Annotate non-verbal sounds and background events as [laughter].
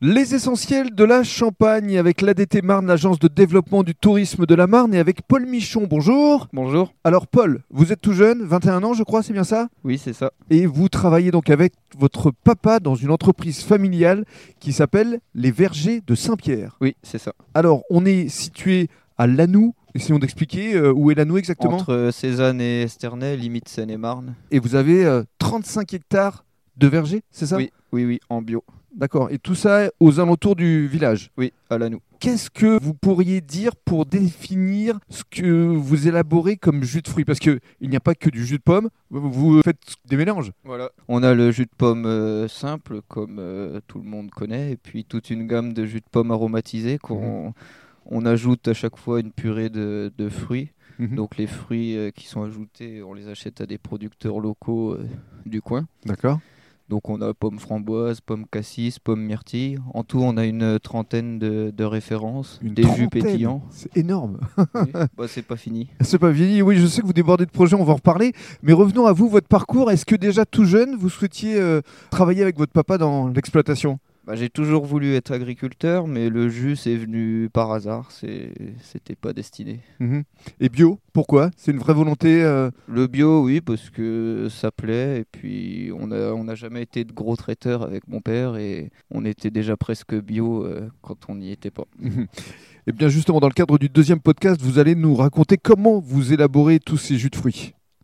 Les essentiels de la Champagne avec l'ADT Marne, l'agence de développement du tourisme de la Marne, et avec Paul Michon. Bonjour. Bonjour. Alors, Paul, vous êtes tout jeune, 21 ans, je crois, c'est bien ça Oui, c'est ça. Et vous travaillez donc avec votre papa dans une entreprise familiale qui s'appelle Les Vergers de Saint-Pierre. Oui, c'est ça. Alors, on est situé à Lanoux. Essayons d'expliquer euh, où est Lanoux exactement. Entre euh, Cézanne et Esternay, limite Seine-et-Marne. Et vous avez euh, 35 hectares de vergers, c'est ça Oui, oui, oui, en bio. D'accord. Et tout ça aux alentours du village. Oui, à la nous. Qu'est-ce que vous pourriez dire pour définir ce que vous élaborez comme jus de fruits Parce qu'il n'y a pas que du jus de pomme, vous faites des mélanges. Voilà. On a le jus de pomme euh, simple, comme euh, tout le monde connaît, et puis toute une gamme de jus de pomme aromatisés qu'on Mhm. on ajoute à chaque fois une purée de, de fruits. Donc, Donc les fruits euh, qui sont ajoutés, on les achète à des producteurs locaux euh, du coin. D'accord. Donc on a pommes framboises, pommes cassis, pommes myrtilles. En tout, on a une euh, trentaine de, de références, Une des jus trentaine. pétillants. C'est énorme. [laughs] Oui. Bah, c'est pas fini. C'est pas vieilli. Oui, je sais que vous débordez de projets, on va en reparler. Mais revenons à vous, votre parcours. Est-ce que déjà tout jeune, vous souhaitiez euh, travailler avec votre papa dans l'exploitation Bah, j'ai toujours voulu être agriculteur, mais le jus c'est venu par hasard, c'est... c'était pas destiné. Et bio, pourquoi C'est une vraie volonté. euh, Le bio, oui, parce que ça plaît, et puis on n'a on a jamais été de gros traiteurs avec mon père, et on était déjà presque bio euh, quand on n'y était pas. Eh bien, justement, dans le cadre du deuxième podcast, vous allez nous raconter comment vous élaborez tous ces jus de fruits.